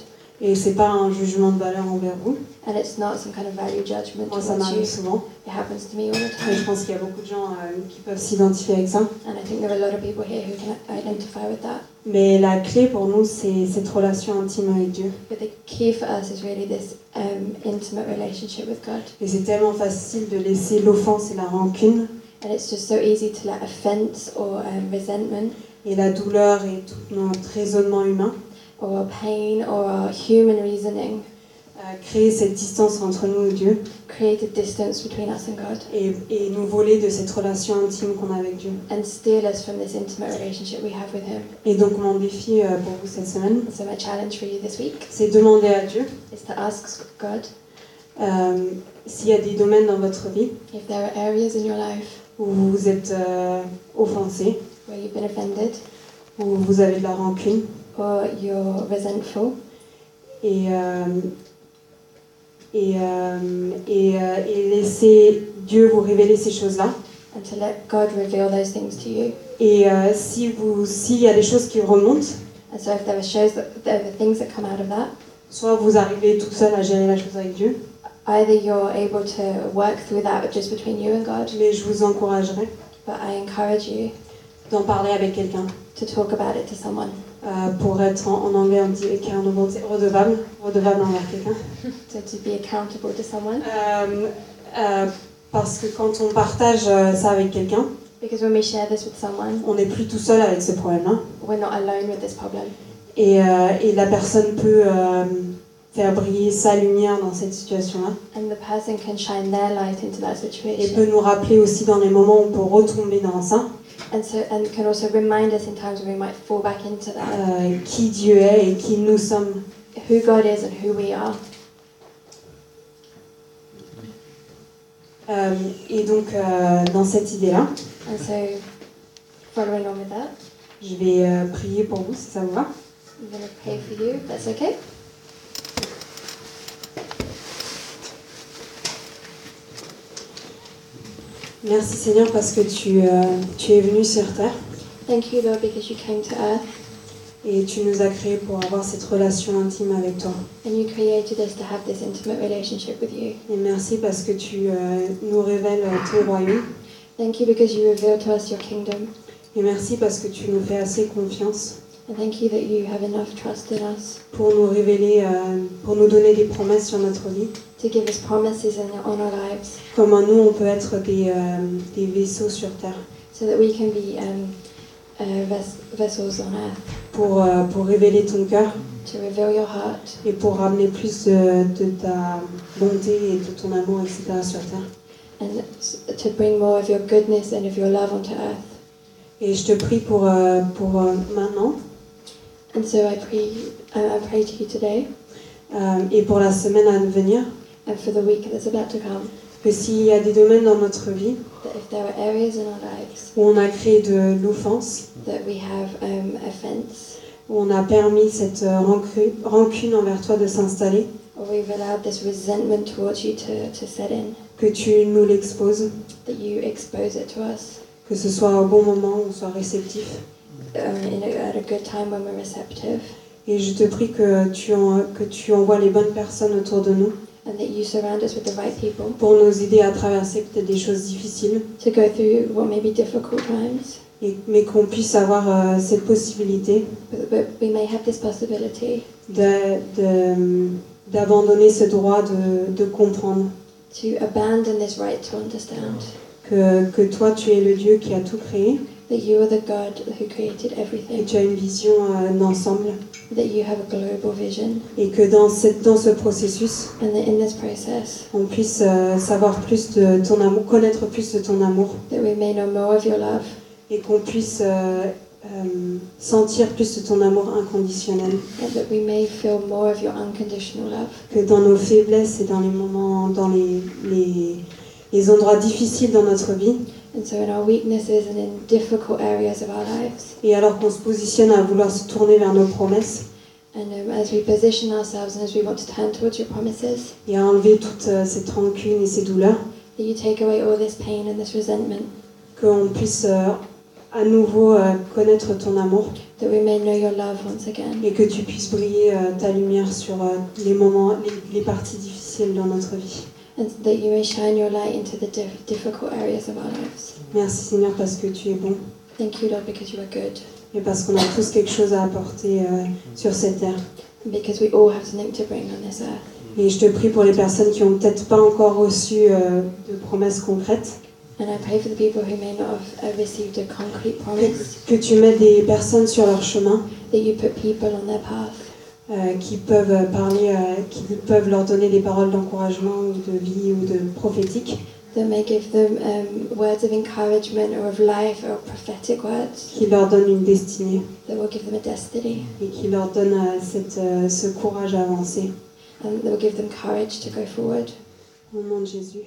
Et c'est pas un jugement de valeur envers vous. And it's not some kind of value judgment Moi, ça towards m'arrive you. souvent. It happens to me all the Et je time. pense qu'il y a beaucoup de gens euh, qui peuvent s'identifier avec ça. And I think there are a lot of people here who can identify with that. Mais la clé pour nous, c'est cette relation intime avec Dieu. But the key for us is really this um, intimate relationship with God. Et c'est tellement facile de laisser l'offense et la rancune And it's just so easy to let offense or um, resentment et la douleur et tout notre raisonnement humain or pain or our human reasoning euh, créer cette distance entre nous et Dieu create a distance between us and God et, et nous voler de cette relation intime qu'on a avec Dieu. and steal us from this intimate relationship we have with Him. Et donc mon défi euh, pour vous cette semaine, So my challenge for you this week c'est demander à Dieu is to ask God euh, s'il y a des domaines dans votre vie if there are areas in your life où vous vous êtes euh, offensé, where you've been offended où vous avez de la rancune or you're resentful et, euh, et, euh, et, euh, et laisser Dieu vous révéler ces choses-là. and to let God reveal those things to you. Et euh, si vous, s'il y a des choses qui remontent, And so if there are shows that there are things that come out of that, soit vous arrivez tout seul à gérer la chose avec Dieu, either you're able to work through that just between you and God, mais je vous encouragerai but I encourage you d'en parler avec quelqu'un to talk about it to someone. euh, pour être en, en anglais on dit accountable, c'est redevable, redevable envers quelqu'un. So to be accountable to someone. Euh, euh, parce que quand on partage euh, ça avec quelqu'un, Because when we share this with someone, on n'est plus tout seul avec ce problème-là. we're not alone with this problem. Et, euh, et la personne peut euh, faire briller sa lumière dans cette situation-là. And the person can shine their light into that Et peut situation. nous rappeler aussi dans les moments où on peut retomber dans ça, And so and can also remind us in times when we might fall back into that euh, qui Dieu est et qui nous sommes. who God is and who we are. Euh, et donc, euh, dans cette idée-là, And so following on with that, je vais euh, prier pour vous si ça vous va. I'm gonna pray for you, if that's okay. Merci Seigneur parce que tu, euh, tu es venu sur terre Thank you, Lord, because you came to earth et tu nous as créés pour avoir cette relation intime avec toi. and you created us to have this intimate relationship with you. Et merci parce que tu euh, nous révèles euh, ton royaume. Thank you because you reveal to us your kingdom. Et merci parce que tu nous fais assez confiance And thank you that you have enough trust in us pour nous révéler, euh, pour nous donner des promesses sur notre vie. to give us promises in, on our lives Comment nous, on peut être des, euh, des vaisseaux sur terre so that we can be um, uh, ves- vessels on earth pour, euh, pour révéler ton cœur to reveal your heart et pour ramener plus de, de ta bonté et de ton amour, etc. sur terre. and s- to bring more of your goodness and of your love onto earth. Et je te prie pour, euh, pour euh, maintenant And so I pray, I I pray to you today euh, et pour la semaine à venir and for the week that's about to come que s'il y a des domaines dans notre vie that if there are areas in our lives où on a créé de l'offense, that we have um, offense, où on a permis cette euh, rancu- rancune envers toi de s'installer, or we've allowed this resentment towards you to, to set in, que tu nous l'exposes, that you expose it to us que ce soit au bon moment, on soit réceptif. um, in a, at a good time when we're receptive, Et je te prie que tu, en- que tu envoies les bonnes personnes autour de nous and that you surround us with the right people pour nous aider à traverser peut-être des choses difficiles to go through what may be difficult times, et- mais qu'on puisse avoir euh, cette possibilité But, but we may have this possibility de- de- d'abandonner ce droit de, de comprendre to abandon this right to understand que, que toi tu es le Dieu qui a tout créé that you are the God who created et everything, tu as une vision euh, d'ensemble that you have a global vision, et que dans, cette, dans ce processus and that in this process, on puisse euh, savoir plus de ton amour, connaître plus de ton amour that we may know more of your love, et qu'on puisse euh, euh, sentir plus de ton amour inconditionnel and that we may feel more of your unconditional love, que dans nos faiblesses et dans les moments, dans les, les, les endroits difficiles dans notre vie, and so in our weaknesses and in difficult areas of our lives, et alors qu'on se positionne à vouloir se tourner vers nos promesses and um, as we position ourselves and as we want to turn towards your promises, et à enlever toutes euh, cette rancune et ces douleurs, that you take away all this pain and this resentment, qu'on puisse euh, à nouveau euh, connaître ton amour that we may know your love once again, et que tu puisses briller euh, ta lumière sur euh, les moments, les, les parties difficiles dans notre vie. and that you may shine your light into the diff- difficult areas of our lives. Merci Seigneur parce que tu es bon Thank you, Lord, because you are good, et parce qu'on a tous quelque chose à apporter euh, sur cette terre. and because we all have something to bring on this earth. Et je te prie pour les personnes qui n'ont peut-être pas encore reçu euh, de promesses concrètes, And I pray for the people who may not have uh, received a concrete promise, que tu mets des personnes sur leur chemin that you put people on their path euh, qui peuvent euh, parler, euh, qui peuvent leur donner des paroles d'encouragement ou de vie ou de prophétique, that may give them um, words of encouragement or of life or prophetic words qui leur donnent une destinée that will give them a destiny et qui leur donnent euh, cette, euh, ce courage à avancer. and that will give them courage to go forward. Au nom de Jésus.